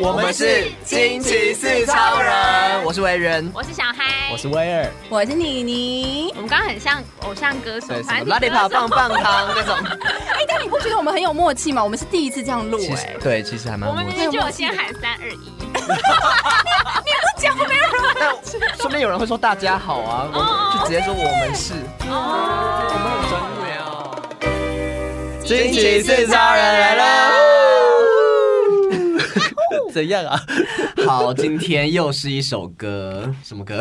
我们是惊奇四超人，我是维人，我是小嗨，我是威尔，我是妮妮我。们刚刚很像偶像歌手对，，什反么正拉你力歌手跑棒棒糖 那种，哎、但你不觉得我们很有默契吗？我们是第一次这样录其哎、实对，其实还蛮我们默明契。明就有先喊三二一，但顺便有人会说大家好啊，我就直接说我们是，嗯哦，我们很专业哦。惊奇四超人来喽！ 怎样啊？好，今天又是一首歌，什么歌？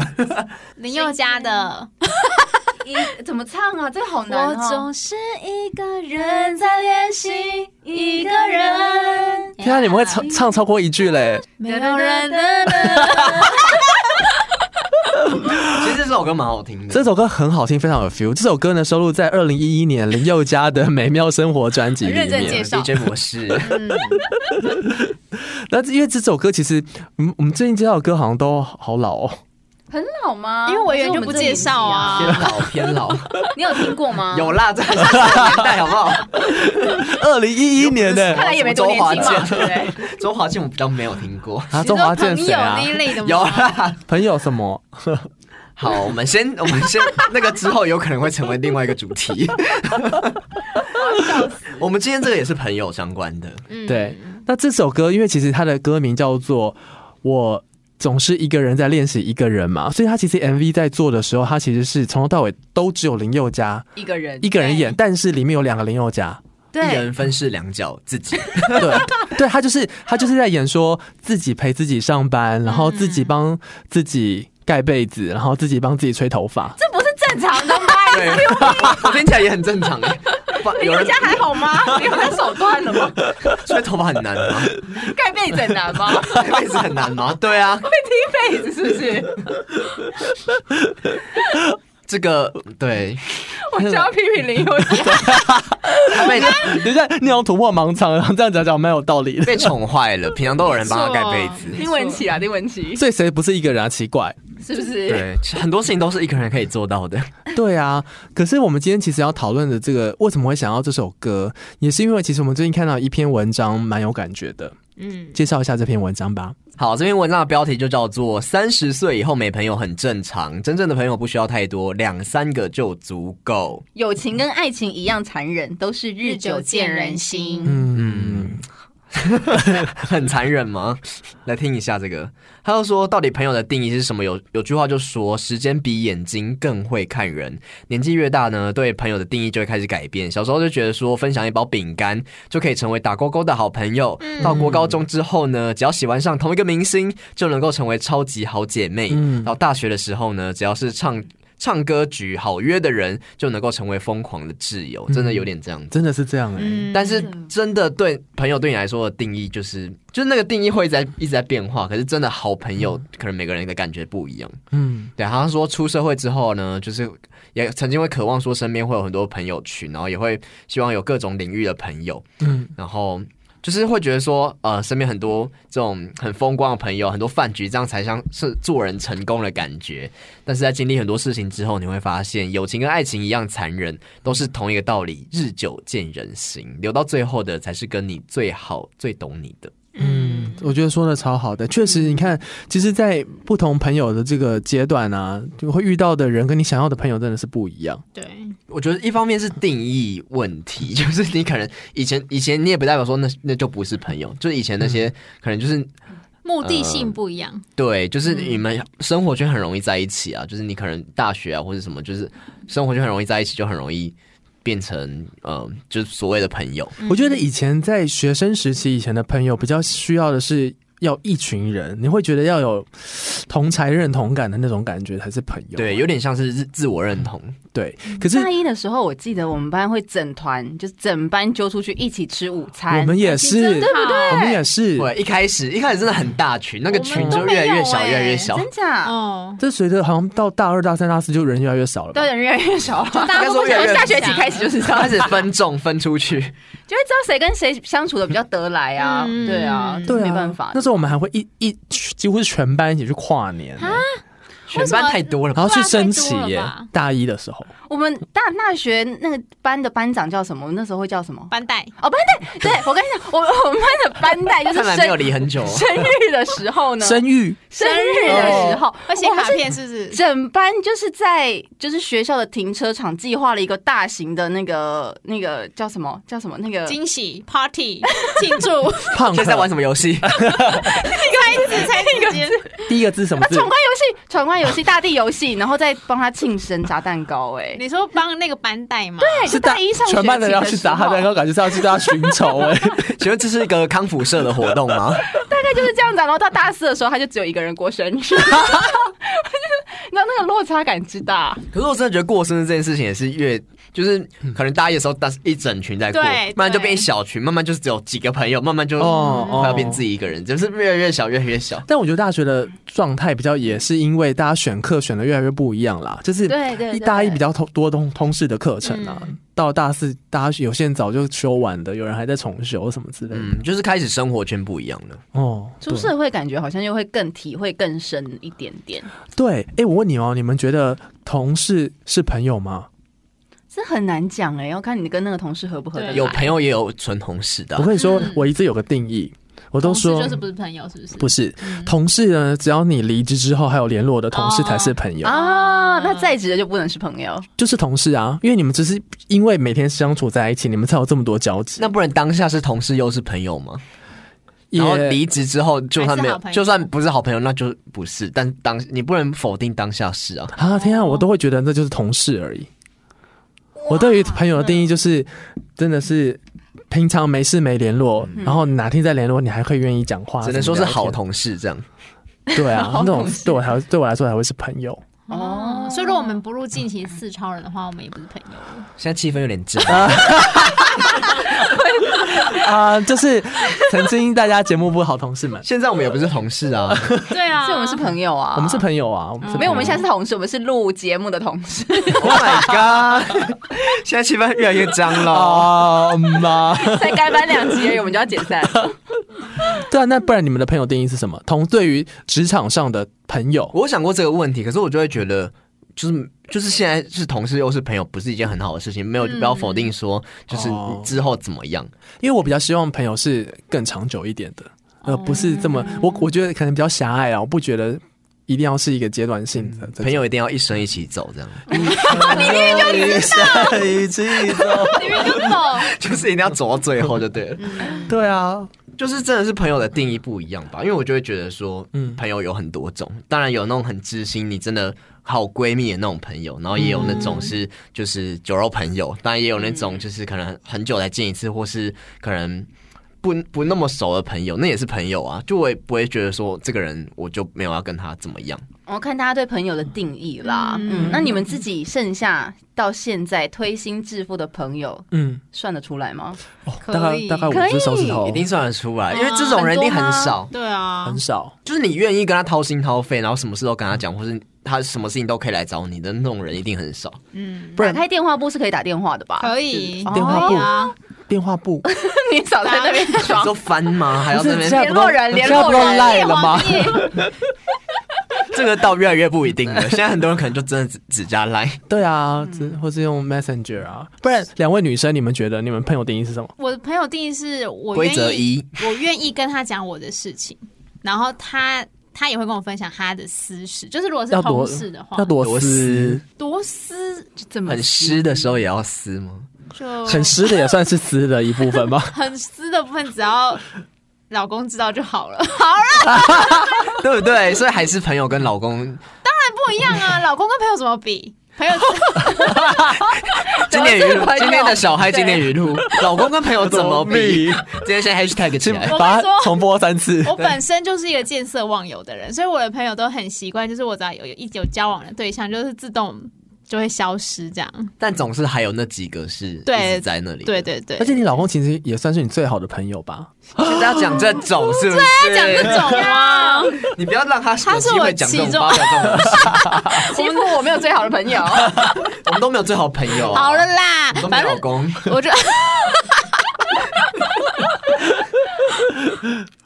林宥嘉的一怎么唱啊？这个好我难哦、总是一个人在练习，一个人， 天啊，你们会唱唱超过一句嘞！没有人的。其实这首歌蛮好听的，这首歌很好听，非常有 feel。这首歌呢收录在二零一一年林宥嘉的《美妙生活》专辑里认真介面。绍 DJ 模 式，那因为这首歌其实，嗯，我们最近介绍的歌好像都好老哦。很老吗？因为委员就不介绍啊偏老偏 老，你有听过吗？有啦，这是年代好不好？二零一一年呢、 看来也没多年轻周嘛华，健对不对？ 周华健我比较没有听过，啊，周华健你谁有啊那？一类的吗？有啦。朋友什么？好，我们先，我们先，那个之后有可能会成为另外一个主 题。我们今天这个也是朋友相关 的，嗯对，那这首歌因为其实它的歌名叫做《我总是一个人在练习一个人》嘛，所以它其实 MV 在做的时候，它其实是从头到尾都只有林宥嘉一个人一个人演，但是里面有两个林宥嘉。一对，人分饰两角，自 己对，对他就是他就是在演说自己陪自己上班，然后自己嗯帮自己盖被子，然后自己帮自己吹头发。这不是正常的吗？ 对， 听起来也很正常哎。不有人家还好吗？你有那手段了吗？吹头发很难吗？ 盖被子啊很难吗？会盖被子很难吗？对啊，踢被子是不 是？这个 对，我就要批评林 宥嘉。他被等一下， 你要突破盲肠，然后这样讲讲蛮有道理的。被宠坏了，平常都有人帮他盖被子。丁文琪啊，丁文琪所以谁不是一个人啊？奇怪。是不是？对，很多事情都是一个人可以做到的。 对啊，可是我们今天其实要讨论的这个为什么会想要这首歌，也是因为其实我们最近看到一篇文章蛮有感觉的，嗯，介绍一下这篇文章吧。好，这篇文章的标题就叫做“三十岁以后没朋友很正常，真正的朋友不需要太多，两三个就足够友情跟爱情一样残忍，都是日久见人心。嗯，”， 很残忍吗？来听一下这个，他又说，到底朋友的定义是什么？有有句话就说，时间比眼睛更会看人。年纪越大呢，对朋友的定义就会开始改变。小时候就觉得说，分享一包饼干就可以成为打勾勾的好朋友。到国高中之后呢，只要喜欢上同一个明星，就能够成为超级好姐妹。嗯到大学的时候呢，只要是唱唱歌局好约的人，就能够成为疯狂的挚友，真的有点这样子。真的是这样哎、嗯但是真的对朋友对你来说的定义，就是就是那个定义会一直在一直在变化。可是真的好朋友，可能每个人的感觉不一样。嗯，对，好像说出社会之后呢，就是也曾经会渴望说身边会有很多朋友群，然后也会希望有各种领域的朋友，嗯，然后就是会觉得说，呃，身边很多这种很风光的朋友，很多饭局，这样才像是做人成功的感觉。但是在经历很多事情之后，你会发现，友情跟爱情一样残忍，都是同一个道理，日久见人心，留到最后的才是跟你最好、最懂你的。嗯，我觉得说的超好的，确实，你看，其实，在不同朋友的这个阶段啊，就会遇到的人跟你想要的朋友真的是不一样。对，我觉得一方面是定义问题， 就是你可能以前以前你也不代表说那那就不是朋友，就是以前那嗯些、可能就是目的性不一样，对，就是你嗯们生活圈很容易在一起啊，就是你可能大学啊或者什么，就是生活圈很容易在一起，就很容易变成呃，就是所谓的朋友。我觉得以前在学生时期，以前的朋友比较需要的是要一群人，你会觉得要有同才认同感的那种感觉才是啊朋友。啊对，有点像是自自我认同。嗯对，可是大一的时候，我记得我们班会整团，就是整班揪出去一起吃午餐。我们也是，对不对？我们也是。对，一开始一开始真的很大群，那个我群们都就越来越小，没有欸越来越小。真假？哦，这随着好像到大二、大三、大四就人越来越少了吧。对，人啊越来越少了。大家都不想从下学期开始就是这样开，始分众分出 去， 就会知道谁跟谁相处的比较得来啊。嗯对啊，对啊，没办法那。时候我们还会一一几乎是全班一起去跨年呢、全班太多了吧然后去升旗太多耶了吧，大一的时候，我们大大学那个班的班长叫什么？我们那时候会叫什 么？班带，哦，班带。对，我跟你讲，我 我们班的班带就是看来没有生离很 久哦。生日的时候呢，生育生日的时候，会写我们卡是片是不是？整班就是在就是学校的停车场计划了一个大型的那个那个叫什么叫什么那个惊喜 party 庆祝， 胖现在玩什么游戏？猜字猜字间，第一个字什么啊字？闯关游戏、闯关游戏、 大地游戏，然后再帮他庆生炸蛋糕、哎，你说帮那个班带吗？对，就是大大一上学期全班的人要去砸他蛋时候糕，感觉是要去大家寻仇哎、请问这是一个康复社的活动吗？大概就是这样子啊。然后到大四的时候，他就只有一个人过生日， 我就那那个落差感之大，可是我真的觉得过生日这件事情也是越，就是可能大一的时候，但是一整群在过，对慢慢就对变一小群，慢慢就是只有几个朋友，慢慢就哦快要变自己一个人，就是越来越小，越来越小。 但我觉得大学的状态比较也是因为大家选课选的越来越不一样啦，就是对对对一大一比较通多通通识的课程啊，嗯到大四大家有些人早就修完的，有人还在重修什么之类的。嗯，就是开始生活圈不一样了。哦，出对社会感觉好像又会更体会更深一点点，对，哎、我问你哦，你们觉得同事是朋友吗？这很难讲哎、要看你跟那个同事合不合得对来。有朋友也有纯同事的我啊，跟你说嗯，我一直有个定义，我都说同事就是不是朋友，是不是？不是，是嗯同事呢，只要你离职之后还有联络的同事哦才是朋友，啊，那在职的就不能是朋友。就是同事啊，因为你们只是因为每天相处在一起，你们才有这么多交集。那不然当下是同事又是朋友吗？然后也哦离职之后，就算没还是好有朋，友就算不是好朋友，那就不是。但当你不能否定当下是啊，啊，天啊，我都会觉得那就是同事而已。我对于朋友的定义就是，真的是平常没事没联络，然后哪天再联络，你还会愿意讲话，只能说是好同。同事这样。对啊，那好种同事对我来对我来说才会是朋友。哦，所以如果我们不入近期四超人的话，我们也不是朋友了。现在气氛有 点正，啊、就是曾经大家节目部好同 事们，现在我们也不是同事啊，对啊，所以我们是朋友啊，我们是朋友啊，我们是没有，我们现在在是同事，我们是录节目的同 事。 Oh my god！现 哦在气氛越来越脏 了。啊妈，才该班两集而已，我们就要解散。对啊，那不然你们的朋友定义是什么？同对于职场上的朋友，我有想过这个问题，可是我就会觉得，就是就是现在是同事又是朋友，不是一件很好的事情。没有就不要否定说，就是哦之后怎么样。因为我比较希望朋友是更长久一点的，呃，不是这么我我觉得可能比较狭隘啊，我不觉得一定要是一个阶段性的朋友一定要一生一起走，这样 你明明就知道，一起走，你们就懂，就是一定要走到最后就对了。嗯对啊，就是真的是朋友的定义不一样吧，因为我就会觉得说，嗯嗯，朋友有很多种，当然有那种很知心，你真的好闺蜜的那种朋友，然后也有那种是就是酒肉朋友，当然也有那种就是可能很久才见一次，或是可能不不那么熟的朋友，那也是朋友啊，就我也不会觉得说这个人我就没有要跟他怎么样。 我看大家对朋友的定义啦，嗯嗯，那你们自己剩下到现在推心置腹的朋友嗯，算得出来吗？哦，可大概以大概五只手指头一定算得出啊来，因为这种人一定很少，对啊哦很，少，就是你愿意跟他掏心掏肺，然后什么事都跟他讲，或是他什么事情都可以来找你的那种人一定 很少。嗯，不打然开电话簿是可以打电话的吧？可以哦电话簿对啊，电话簿。 你少在 那边你装说翻吗？还要不在是那现边在不都联络人现在不都联络人赖了哎吗？ 这个倒越来越不一定了。现在很多人可能就真的只只加 Line，对啊，只或是用 Messenger 啊，不然两位女生，你们觉得你们朋友定义是什么？我的朋友定义是 我规愿则意，一，我愿意跟他讲我的事情，然后他他也会跟我分享他的私事，就是如果是要同多事的话要，多多撕撕，多私就这么很湿的时候也要撕吗？ 就很湿的也算是撕的一部分 吧。很私的部分，只要老公知道就好了， 好对不对？所以还是朋友跟老 公，不一样啊，老公跟朋友怎么比？朋友今天语录怎么，是朋友今天的小孩，今天语录， 老公跟朋友怎么比？ 怎么今天先 hashtag 起来我。把它跟你说重播三次我本身就是一个见色忘友的人，所以我的朋友都很习惯，就是我只要有有一有交往的对象，就是自动就会消失这样。但总是还有那几个是一对直在那里。 对，对对，而且你老公其实也算是你最好的朋友吧？现在要讲这种是不是？讲这种啊， 你不要让他他有是机我会讲这种其中发表这种东西，欺负我没有最好的朋友，我们都没有最好朋友。啊好了，啦 我们，都没反有老正公。我就。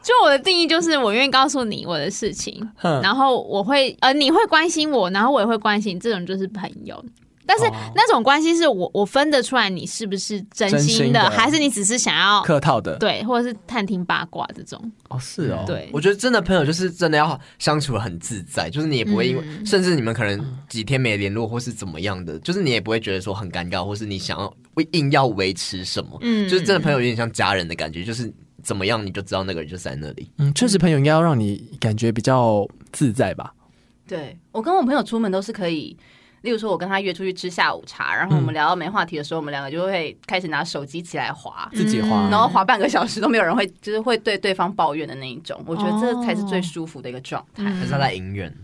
就我的定义就是，我愿意告诉你我的事情，哼然后我会呃，你会关心我，然后我也会关心你，这种就是朋友。但是哦那种关心是我我分得出来你是不是真真心心的，的还是你只是想要客套的对，或者是探听八卦这种。哦，是哦，对我觉得真的朋友就是真的要相处得很自在，就是你也不会因为，嗯甚至你们可能几天没联络或是怎么样的，就是你也不会觉得说很尴尬，或是你想要会硬要维持什么，嗯就是真的朋友有点像家人的感觉，就是怎么样你就知道那个人就在那里。嗯，确实朋友应该要让你感觉比较自在吧。 对我跟我朋友出门都是可以，例如说我跟他约出去吃下午茶，然后我嗯们聊到没话题的时候，我们两个就会开始拿手机起来滑。自己花嗯哦然后滑半个小时都没有人会，就是会对对方抱怨的那一种，我觉得这才是最舒服的一个状态。嗯可是他在隐忍，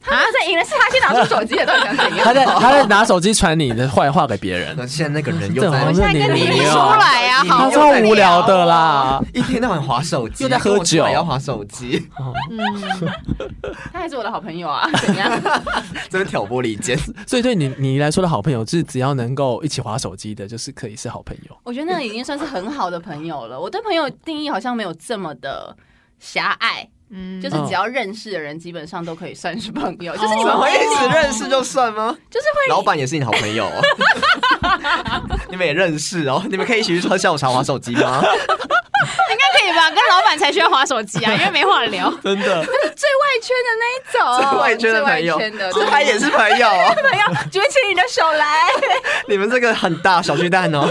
他在赢了，是 他先拿出手机的，到底想怎样？ 他在他在拿手机传你的坏话给别人，那现在那个人又这好在像，是跟你你哦没有说来呀、你好哦又他超在无聊的啦。一天到晚划手机，又在喝跟我说酒也要划手机，他还是我的好朋友啊， 怎样？真的挑拨离间。 哦所以对你你来说的好朋友，就是只要能够一起划手机的，就是可以是好朋友。我觉得那已经算是很好的朋友了。我对朋友定义好像没有这么的狭隘，嗯就是只要认识的人，基本上都可以算是朋友。就是你怎们么 会会一直认识就算吗？就是会哦 老板也是你的好朋友 哦，你们也认识哦，你们可以一起去喝下午茶、玩手机吗？应该可以吧？跟老板才需要划手机啊，因为没话 聊。真的，最外圈的那一 种，这外圈的朋友哦最外圈的，这还也是朋友哦， 朋友，举起你的手来。你们这个很大小巨蛋哦。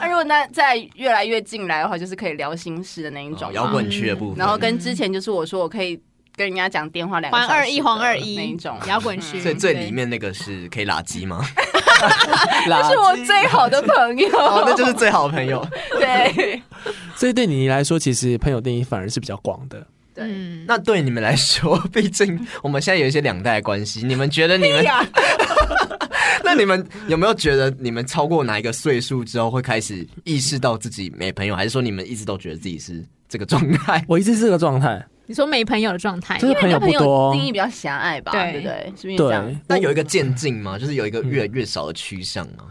那如果那再越来越进来的话，就是可以聊心事的那一种哦嘛，摇滚区的部分，然后跟之前就是我说我可以跟人家讲电话两个黄二一，黄二那一一种，，摇滚区，嗯所以最对里面那个是可以拉鸡吗？ 这是我最好的朋友，哦，那就是最好的朋友。对 所以对你来说，其实朋友定义反而是比较广的。对。嗯，那对你们来说，毕竟我们现在有一些两代的关系，你们觉得你们呀， 那你们有没有觉得你们超过哪一个岁数之后会开始意识到自己没朋友，还是说你们一直都觉得自己是这个状 态？我一直是这个状态，你说没朋友的状态就，是朋友不多定义比较狭隘吧，对对不对？是不是这样对？，那有一个渐进吗？就是有一个越来越少的趋向吗？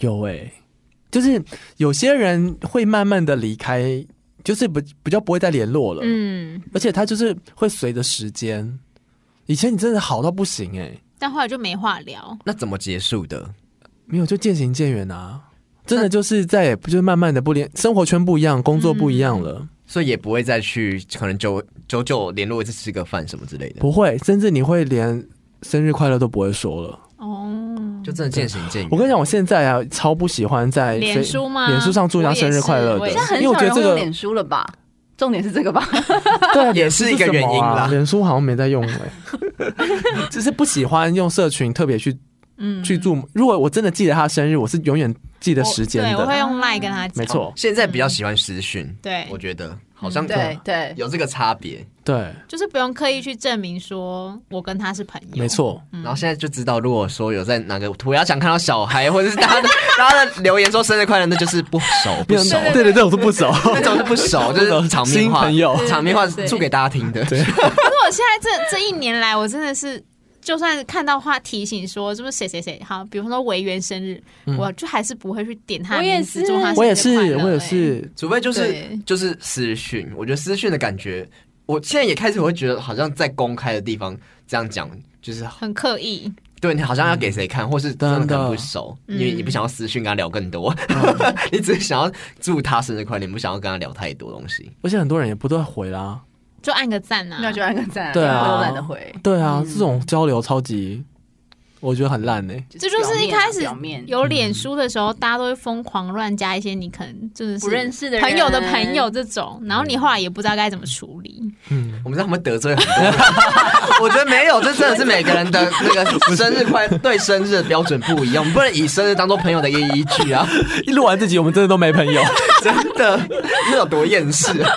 有诶、就是有些人会慢慢的离开，就是不比较不会再联络了，嗯，而且他就是会随着时间。以前你真的好到不行诶、欸但后来就没话聊。那怎么结束的？没有就渐行渐远啊，真的就是再也不就是慢慢的不联，生活圈不一样，工作不嗯一样了，所以也不会再去可能久久久联络一次吃个饭什么之类的，不会，甚至你会连生日快乐都不会说了。哦，就真的渐行渐远。我跟你讲，我现在啊超不喜欢在脸非书吗脸书上祝人家生日快乐我的也是现在，因很为少我觉得人这会用个脸书了吧？重点是这个吧？ 对啊也是一个原因啦脸书是什么啊脸书好像没在用 哎、只是不喜欢用社群特别去嗯去祝。如果我真的记得他生日，我是永远记得哦时间对，我的，会用 line 跟他讲，没，错，现在比较喜欢实讯，对我，觉嗯得好像对对，有这个差别。对，就是不用刻意去证明说我跟他是朋友，没，错。然后现在就知道，如果说有在哪个涂鸦墙看到小孩，或者是 大家的大家的留言说生日快乐，那就是不熟不熟，对对，这种是 不熟。 那种是不熟，就是场面新话，朋友场面话对做给大家听的。对可是我现在这这一年来，我真的是。就算看到话提醒说是不是谁谁谁好，比如说维园生日，我就还是不会去点他的我也名字是祝他生日快乐、嗯我也是，欸我也，是，除非就是对就是私讯，我觉得私讯的感觉，我现在也开始会觉得，好像在公开的地方这样讲，就是很刻意。对你好像要给谁看，或是真的嗯真的很不熟，嗯因为你不想要私讯跟他聊更多， 你只是想要祝他生日快乐，你不想要跟他聊太多东西。而且很多人也不都会回啦。就按个赞啊，那就按个赞，对啊我都懒得回。对啊，嗯这种交流超级，我觉得很烂欸 呢、这就是一开始表面嗯有脸书的时候，大家都会疯狂乱加一些你可能真的是不认识的人朋友的朋友这种，嗯然后你后来也不知道该怎么处理。我们知道我们得罪很多 人，我觉得没有，这真的是每个人的那个生日快对生日的标准不一样，我们不能以生日当做朋友的一个依据啊，一录完这集，我们真的都没朋 友。真的，那有多厌 世啊？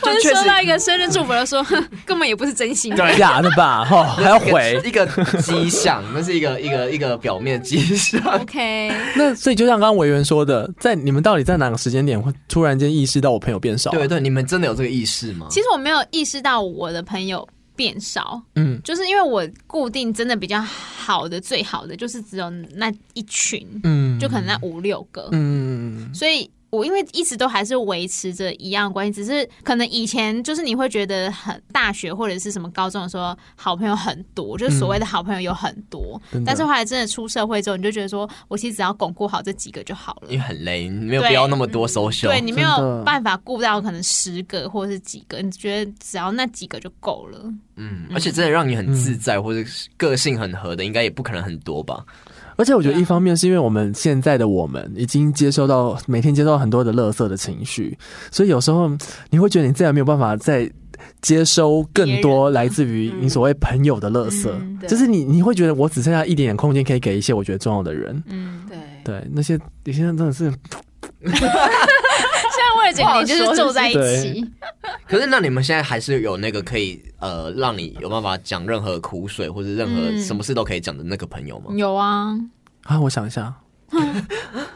或就者确收实到一个生日祝福的说，哼根本也不是 真心的。假的吧？哈，还要回。一个迹象，那是一个一个一个表面迹象。 OK，那所以就像刚刚委员说的，在你们到底在哪个时间点会突然间意识到我朋友变少？对，对，你们真的有这个意识吗？其实我没有意识到我的朋友变少，嗯，就是因为我固定真的比较好的、最好的就是只有那一群，嗯就可能那五六个，嗯，所以。我因为一直都还是维持着一样的关系，只是可能以前就是你会觉得很大学或者是什么高中的时候，好朋友很多，就是所谓的好朋友有很多，真的但是后来真的出社会之后，你就觉得说我其实只要巩固好这几个就好了因为。很累，你没有对必要那么多 social。对你没真的有办法顾到可能十个或者是几个，你觉得只要那几个就够了。嗯，而且真的让你很自嗯在、或者是个性很合的，应该也不可能很多吧？而且我觉得一方面是因为我们现在的我们已经接收到每天接收到很多的垃圾的情绪，所以有时候嗯你会觉得你自然没有办法再接收更多来自于你所谓朋友的垃圾，嗯对就是你你会觉得我只剩下一点点空间可以给一些我觉得重要的人，嗯， 对，对那些有些人真的是现在为了减肥就不好是说皱在一对起，可是那你们现在还是有那个可以呃，让你有办法讲任何苦水或者任何嗯什么事都可以讲的那个朋友吗？有啊，啊，我想一下，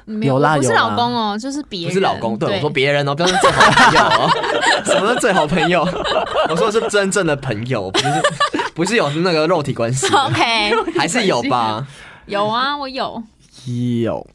没有有啦我不是有啦老公哦，就是别不人，是老公，对对我说别人哦，不要是最好朋友哦，什么是最好朋友？我说的是真正的朋友，不是不是有那个肉体关系的， OK，还是有吧？有啊，我有，有，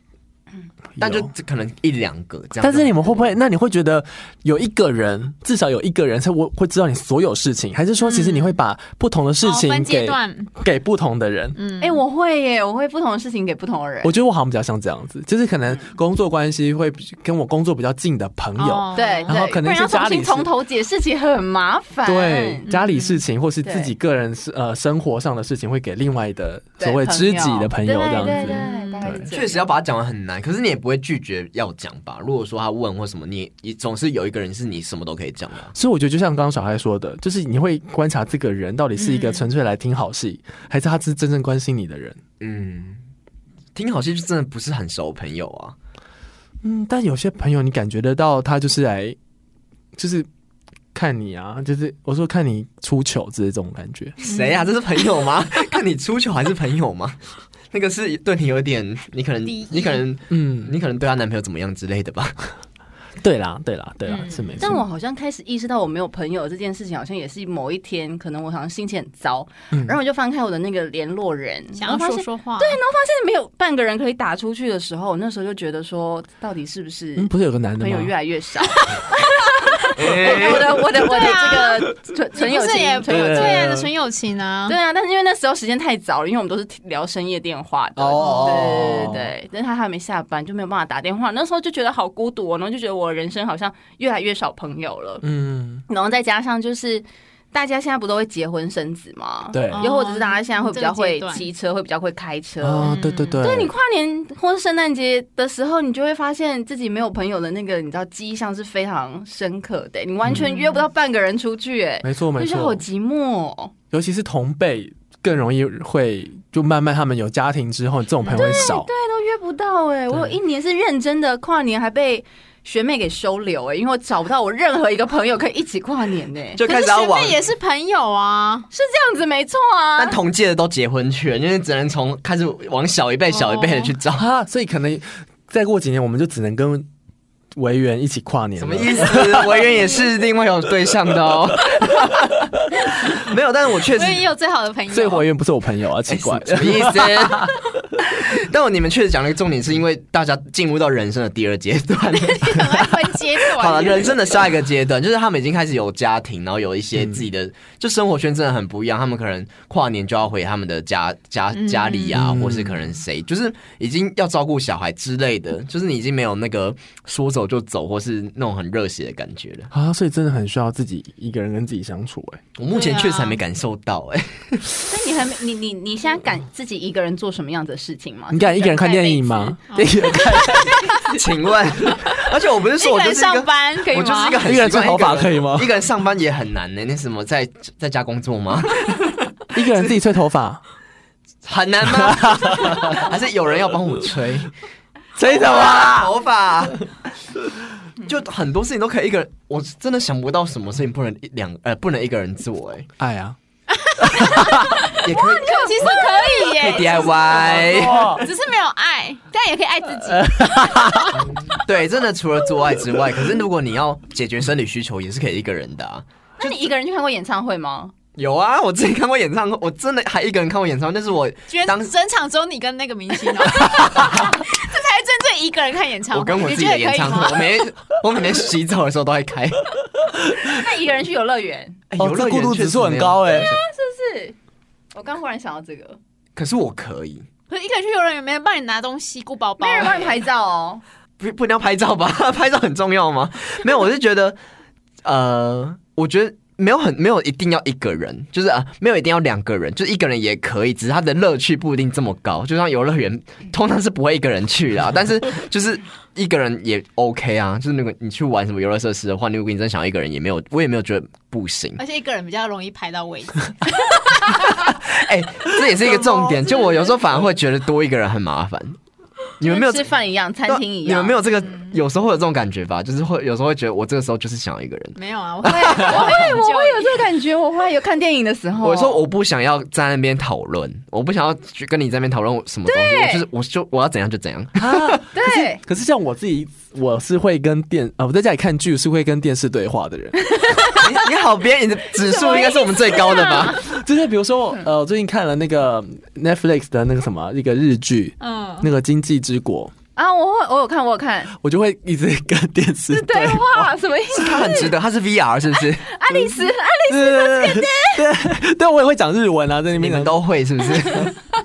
但就有可能一两个这样。但是你们会不会？那你会觉得有一个人，至少有一个人，才我会知道你所有事情，还是说其实你会把不同的事哦情分阶给、段，给不同的人？嗯，哎、我会耶，我会不同的事情给不同的人我。觉得我好像比较像这样子，就是可能工作关系会比跟我工作比较近的朋友，哦对，然后对可能不要是家重新里从是头解释起很麻烦。对家里事情或是对自己个人是呃生活上的事情，会给另外的对所谓知己的朋友这样对对子。对，大概是对这样确实要把它讲完很难，可是你也不会拒绝要讲吧？如果说他问或什么，你你总是有一个人是你什么都可以讲的啊、所以我觉得，就像刚刚小孩说的，就是你会观察这个人到底是一个嗯纯粹来听好戏，还是他是真正关心你的人。嗯，听好戏就真的不是很熟的朋友啊。嗯，但有些朋友你感觉得到，他就是来，就是看你啊，就是我说看你出糗之类这种感 觉。嗯谁呀、啊？这是朋友吗？ 看你出糗还是朋友吗？那个是对你有点，你可能敌意你可能嗯，你可能对她男朋友怎么样之类的吧？对啦，对啦，对啦，嗯是没错。但我好像开始意识到我没有朋友这件事情，好像也是某一天，可能我好像心情很糟，嗯然后我就翻开我的那个联络人，想要然后发说现说话，对，真的没有半个人可以打出去的时候，我那时候就觉得说，到底是不是嗯，不是有个男的朋吗友？越来越少？哎我的我的我对啊的这个纯纯友不是也情，纯友情。对啊，纯友情啊，对啊，但是因为那时候时间太早了，因为我们都是聊深夜电话的，哦对对对，但是他还没下班，就没有办法打电话。那时候就觉得好孤独、哦，然后就觉得我人生好像越来越少朋友了。嗯，然后再加上就是大家现在不都会结婚生子吗？，对哦又或者是大家现在会比较这个阶会段骑车，会比较会开车。啊，对对对，对你跨年或是圣诞节的时候，你就会发现自己没有朋友的那个，你知道记忆上是非常深刻的、你完全约不到半个人出去、哎、没错嗯没就觉得好错，寂寞、哦。尤其是同辈更容易会就慢慢他们有家庭之后，这种朋友会少。哎都约不到哎、我有一年是认真的跨年，还被学妹给收留哎、因为我找不到我任何一个朋友可以一起跨年哎、 就可开是始要学往妹也是朋友啊，是这样子没错啊。但同届的都结婚去了，因为只能从开始往小一辈、小一辈哦的去找。啊，所以可能再过几年，我们就只能跟维园一起跨年什么了。意思？ 维园也是另外有对象的哦。 没有，但是我确实所以也有最好的朋友，所以维园不是我朋友啊，奇怪。哎什么意思？ 但我你们确实讲了一个重点，是因为大家进入到人生的第二阶段。很 爱分阶段。好了，人生的下一个阶段， 就是他们已经开始有家庭，然后有一些嗯自己的，就生活圈真的很不一样。他们可能跨年就要回他们的家家嗯家里啊，嗯或是可能谁，就是已经要照顾小孩之类的，就是你已经没有那个说走就走，或是那种很热血的感觉了。啊，所以真的很需要自己一个人跟自己相处、欸，哎，我目前对啊确实还没感受到、啊哎、但你还没你你你现在敢自己一个人做什么样的事情吗？你敢一个人看电影吗？一个人看，欸 请问，而且我不是说一我个就人是一上个。班可以我就是吗一个？很一个习人惯吹头发一个人可以吗一个人上班也很难呢、那什么在在家工作吗？ 一个人自己吹头发，很难吗？ 还是有人要帮我吹？吹什么？哇，头发， 就很多事情都可以一个人。我真的想不到什么事情不能一两呃不能一个人做 哎、爱啊！也可以其实可以 可以耶， DIY。只是没有爱，但也可以爱自己。呃对，真的除了做爱之外，可是如果你要解决生理需求，也是可以一个人的、啊。那你一个人去看过演唱会吗？有啊，我自己看过演唱会，我真的还一个人看过演唱会，那是我居然当 整场只有你跟那个明星哦，这才是真正一个人看演唱会，我跟我你自己觉的得演可以唱会，我吗？每天 我每天洗澡的时候都会开。那一个人去游乐园哎哦游这乐孤园独确指实数很没有高哎对啊是不是？我刚忽然想到这个，可是我可以，可是一个人去游乐园，没人帮你拿东西、顾包包没，人帮你拍照哦。不不一定要拍照吧？ 拍照很重要吗？没有，我是觉得，呃，我觉得没有很没有一定要一个人，就是啊、没有一定要两个人，就是一个人也可以，只是他的乐趣不一定这么高。就像游乐园，通常是不会一个人去啦，但是就是一个人也 OK 啊。就是如果你去玩什么游乐设施的话，如果你真想要一个人，也没有我也没有觉得不行。 而且一个人比较容易排到位 置。哎、这也是一个重点。就我有时候反而会觉得多一个人很麻烦。 你们没有啊跟吃饭一样，餐厅一样，你们没有这个，有时候会有这种感觉吧？就是会有时候会觉得我这个时候就是想要一个人。没 有啊，我会，我 会，我会有这个感觉。我后来有看电影的时候，我说我不想要在那边讨论，我不想要去跟你在那边讨论什么东西，我就是我就我要怎样就怎样。对，可是像我自己，我是会跟电啊，我在家里看剧是会跟电视对话的人，你你好编，你的指数应该是我们最高的吧？ 就是比如说我呃，我最近看了那个 Netflix 的那个什么一个日剧，嗯，那个《经济之国》，啊，我会我有看，我有看我就会一直跟电视对对话。话什么意思？它很值得，它是 VR 是不 是？爱丽丝，爱对对对，对我也会讲日文啊，在那你边们讲。都会是不 是？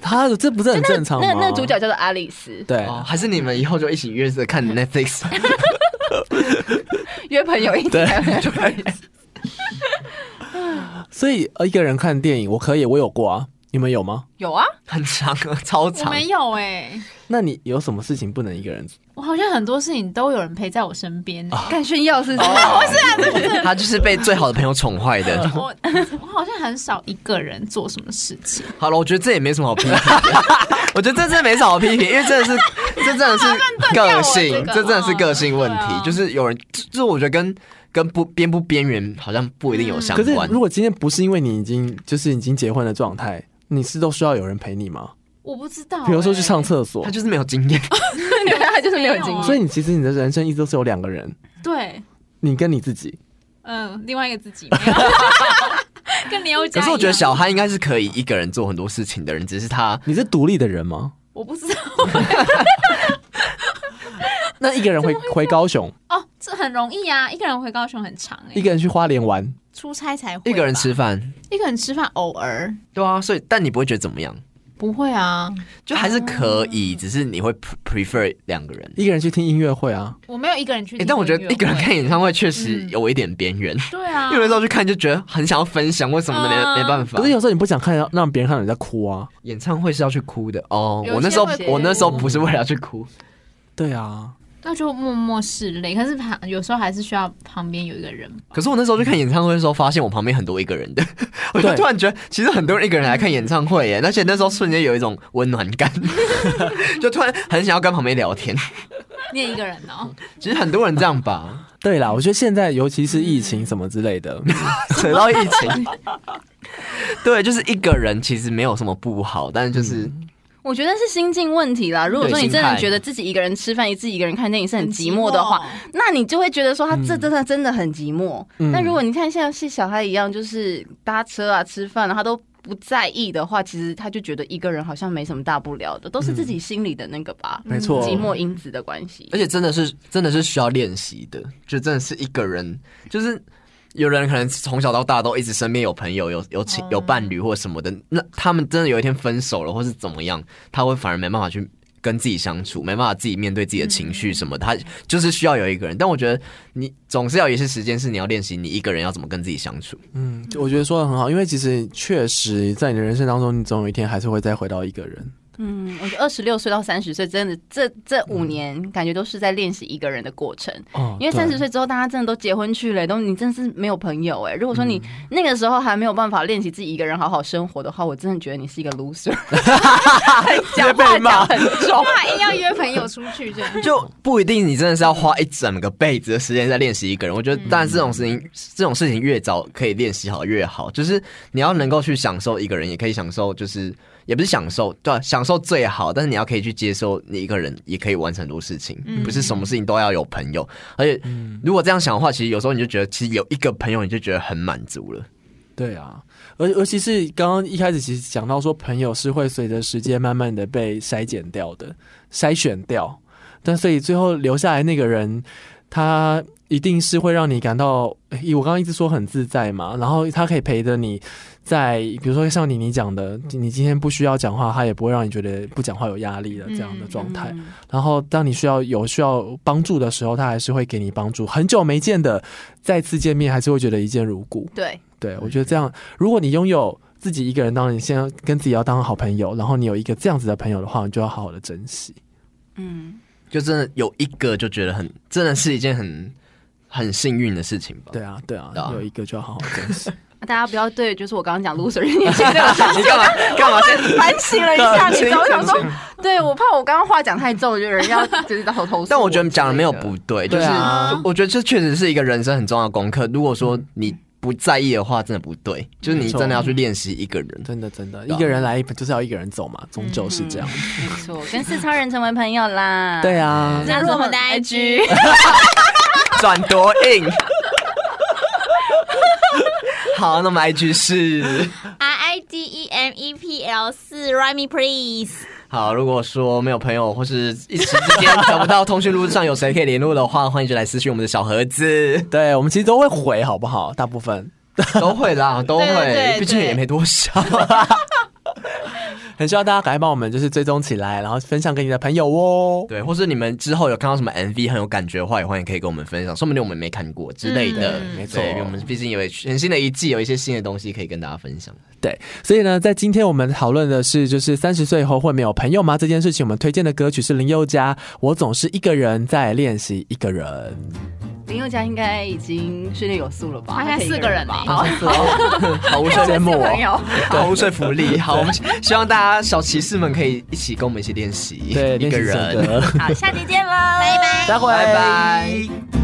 他这不是很正常吗？那那主角叫做爱丽丝，对，哦，还是你们以后就一起约着看 Netflix？约朋友一起对看。所以呃一个人看电影我可以，我有过啊，你们有吗？有啊，很长，超我长。没有哎，那你有什么事情不能一个人？我好像很多事情都有人陪在我身边。哦看炫耀是不是？啊他就是被最好的朋友宠坏的。我 我好像很少一个人做什么事情，好了，我觉得这也没什么好批 评的，我觉得这真的没什么好批评，因为真的是，这真的是个性，这个这真的是个性问对题啊，就是有人，这这我觉得跟跟不边不边缘好像不一定有相可是关如。果今天不是因为你已经就是已经结婚的状态，你是都需要有人陪你吗？我不知道。欸比如说去上，厕所他，就是没有经 验， 对，他就是没有经没有啊所验。以你其实你的人生一直都是有两个人，对，你跟你自己。嗯，另外一个自己 没有，跟你有可讲。是我觉得小憨应该是可以一个人做很多事情的人，只是他你是独立的人吗？我不知道那一个人回回高雄，哦，这很容易啊，一个人回高雄很长哎、一个人去花莲玩，出差才会一个人吧，吃饭，一个人吃饭偶尔对啊，所以但你不会觉得怎么样，不会啊，就还是可以，只是你会嗯 pre- prefer 两个人。一个人去听音乐会啊。我没有一个人去、哎，但我觉得一个人看演唱会确实嗯有一点边缘，对啊，因为有时候去看就觉得很想要分享，为什么呢？嗯没没办法。可是有时候你不想看，让让别人看到你在哭啊。演唱会是要去哭的哦。有我那些时候会我那时候哭不是为了要去哭，对啊，那就默默拭泪，可是旁有时候还是需要旁边有一个人吧。可是我那时候去看演唱会的时候，发现我旁边很多一个人的， 我就对突然觉得其实很多人一个人来看演唱会 耶，而且那时候瞬间有一种温暖感， 就突然很想要跟旁边聊天。你也一个人 哦，其实很多人这样 吧，对啦，我觉得现在尤其是疫情什么之类的，扯到疫情。对，就是一个人其实没有什么不好，但是就是我觉得是心境问题啦。如果说你真的觉得自己一个人吃饭、自己一个人看电影是很寂寞的话，，那你就会觉得说他这真的真的很寂寞。嗯但如果你看像是小孩一样，就是搭车啊、吃饭啊，他都不在意的话，其实他就觉得一个人好像没什么大不了的，都是自己心里的那个吧，没错，寂寞因子的关系而。且真的是真的是需要练习的，就真的是一个人，就是有人可能从小到大都一直身边有朋友、有有亲、有伴侣或什么的，那他们真的有一天分手了或是怎么样，他会反而没办法去跟自己相处，没办法自己面对自己的情绪什么的，他就是需要有一个人。但我觉得你总是要有一些时间是你要练习你一个人要怎么跟自己相处。嗯，我觉得说的很好，因为其实确实在你的人生当中，你总有一天还是会再回到一个人。嗯，我觉得二十六岁到三十岁，真的这这五年感觉都是在练习一个人的过程。哦因为三十，岁之后，大家真的都结婚去了，都你真的是没有朋友哎。如果说你那个时候还没有办法练习自己一个人好好生活的话，我真的觉得你是一个 loser，讲话讲很重。哇，硬要约朋友出去这样。 就不一定，你真的是要花一整个辈子的时间在练习一个人。我觉得，当然这种事情，这种事情越早可以练习好越好。就是你要能够去享受一个人，也可以享受，就是也不是享受，对、啊，享受最好。但是你要可以去接受，你一个人也可以完成很多事情，不是什么事情都要有朋友。而且，如果这样想的话，其实有时候你就觉得，其实有一个朋友你就觉得很满足了。对啊，而尤其是刚刚一开始其实讲到说，朋友是会随着时间慢慢的被筛减掉的，筛选掉。但所以最后留下来那个人，他一定是会让你感到，诶我刚刚一直说很自在嘛，然后他可以陪着你在，比如说像你你讲的，你今天不需要讲话，他也不会让你觉得不讲话有压力的这样的状态。嗯然后当你需要有需要帮助的时候，他还是会给你帮助。很久没见的，再次见面还是会觉得一见如故。对，对我觉得这样，如果你拥有自己一个人，当然你先要跟自己要当好朋友，然后你有一个这样子的朋友的话，你就要好好的珍惜。嗯，就真的有一个就觉得很，真的是一件很很幸运的事情吧。对 啊，对啊，对啊有一个就要好好珍惜。大家不要对，就是我刚刚讲 loser 这件事 情对我你干嘛干嘛先？反省了一下，你知道，我想澄说，对我怕我刚刚话讲太重，有人要就是到头投诉。 但我觉得讲的没有不，对，就是对啊我觉得这确实是一个人生很重要的功课。如果说你不在意的话，真的不对，就是你真的要去练习一个人。真的，真的，对啊一个人来一本就是要一个人走嘛，终究是这样。没错，跟四超人成为朋友啦。对，啊，加入我们的哎 IG， 转多硬。 好，那我们 IG 是 R I D E M E P L 四 r i m e please。好。如果说没有朋友或是一时之间找不到通讯录上有谁可以联络的话，欢迎就来私讯我们的小盒子，对我们其实都会回，好不好？大部分都会啦，都对对会，对毕竟也没多少。很希望大家赶快帮我们就是追踪起来，然后分享给你的朋友哦。对，或是你们之后有看到什么 MV 很有感觉的话，也欢迎可以跟我们分享，说不定我们没看过之类的。嗯没错对，因为我们毕竟有全新的一季，有一些新的东西可以跟大家分 享。对，所以呢，在今天我们讨论的是，就是三十岁后会没有朋友吗这件事情，我们推荐的歌曲是林宥嘉，《我总是一个人在练习一个人》。林宥嘉应该已经训练有素了吧？好像可以一四个人吧欸？好无好，因为我说们服四力个朋友，好无说服力。好，我们希望大家小骑士们可以一起跟我们一起练习，对，一个 练习这首人。歌好，下集见喽，拜拜。待会拜拜。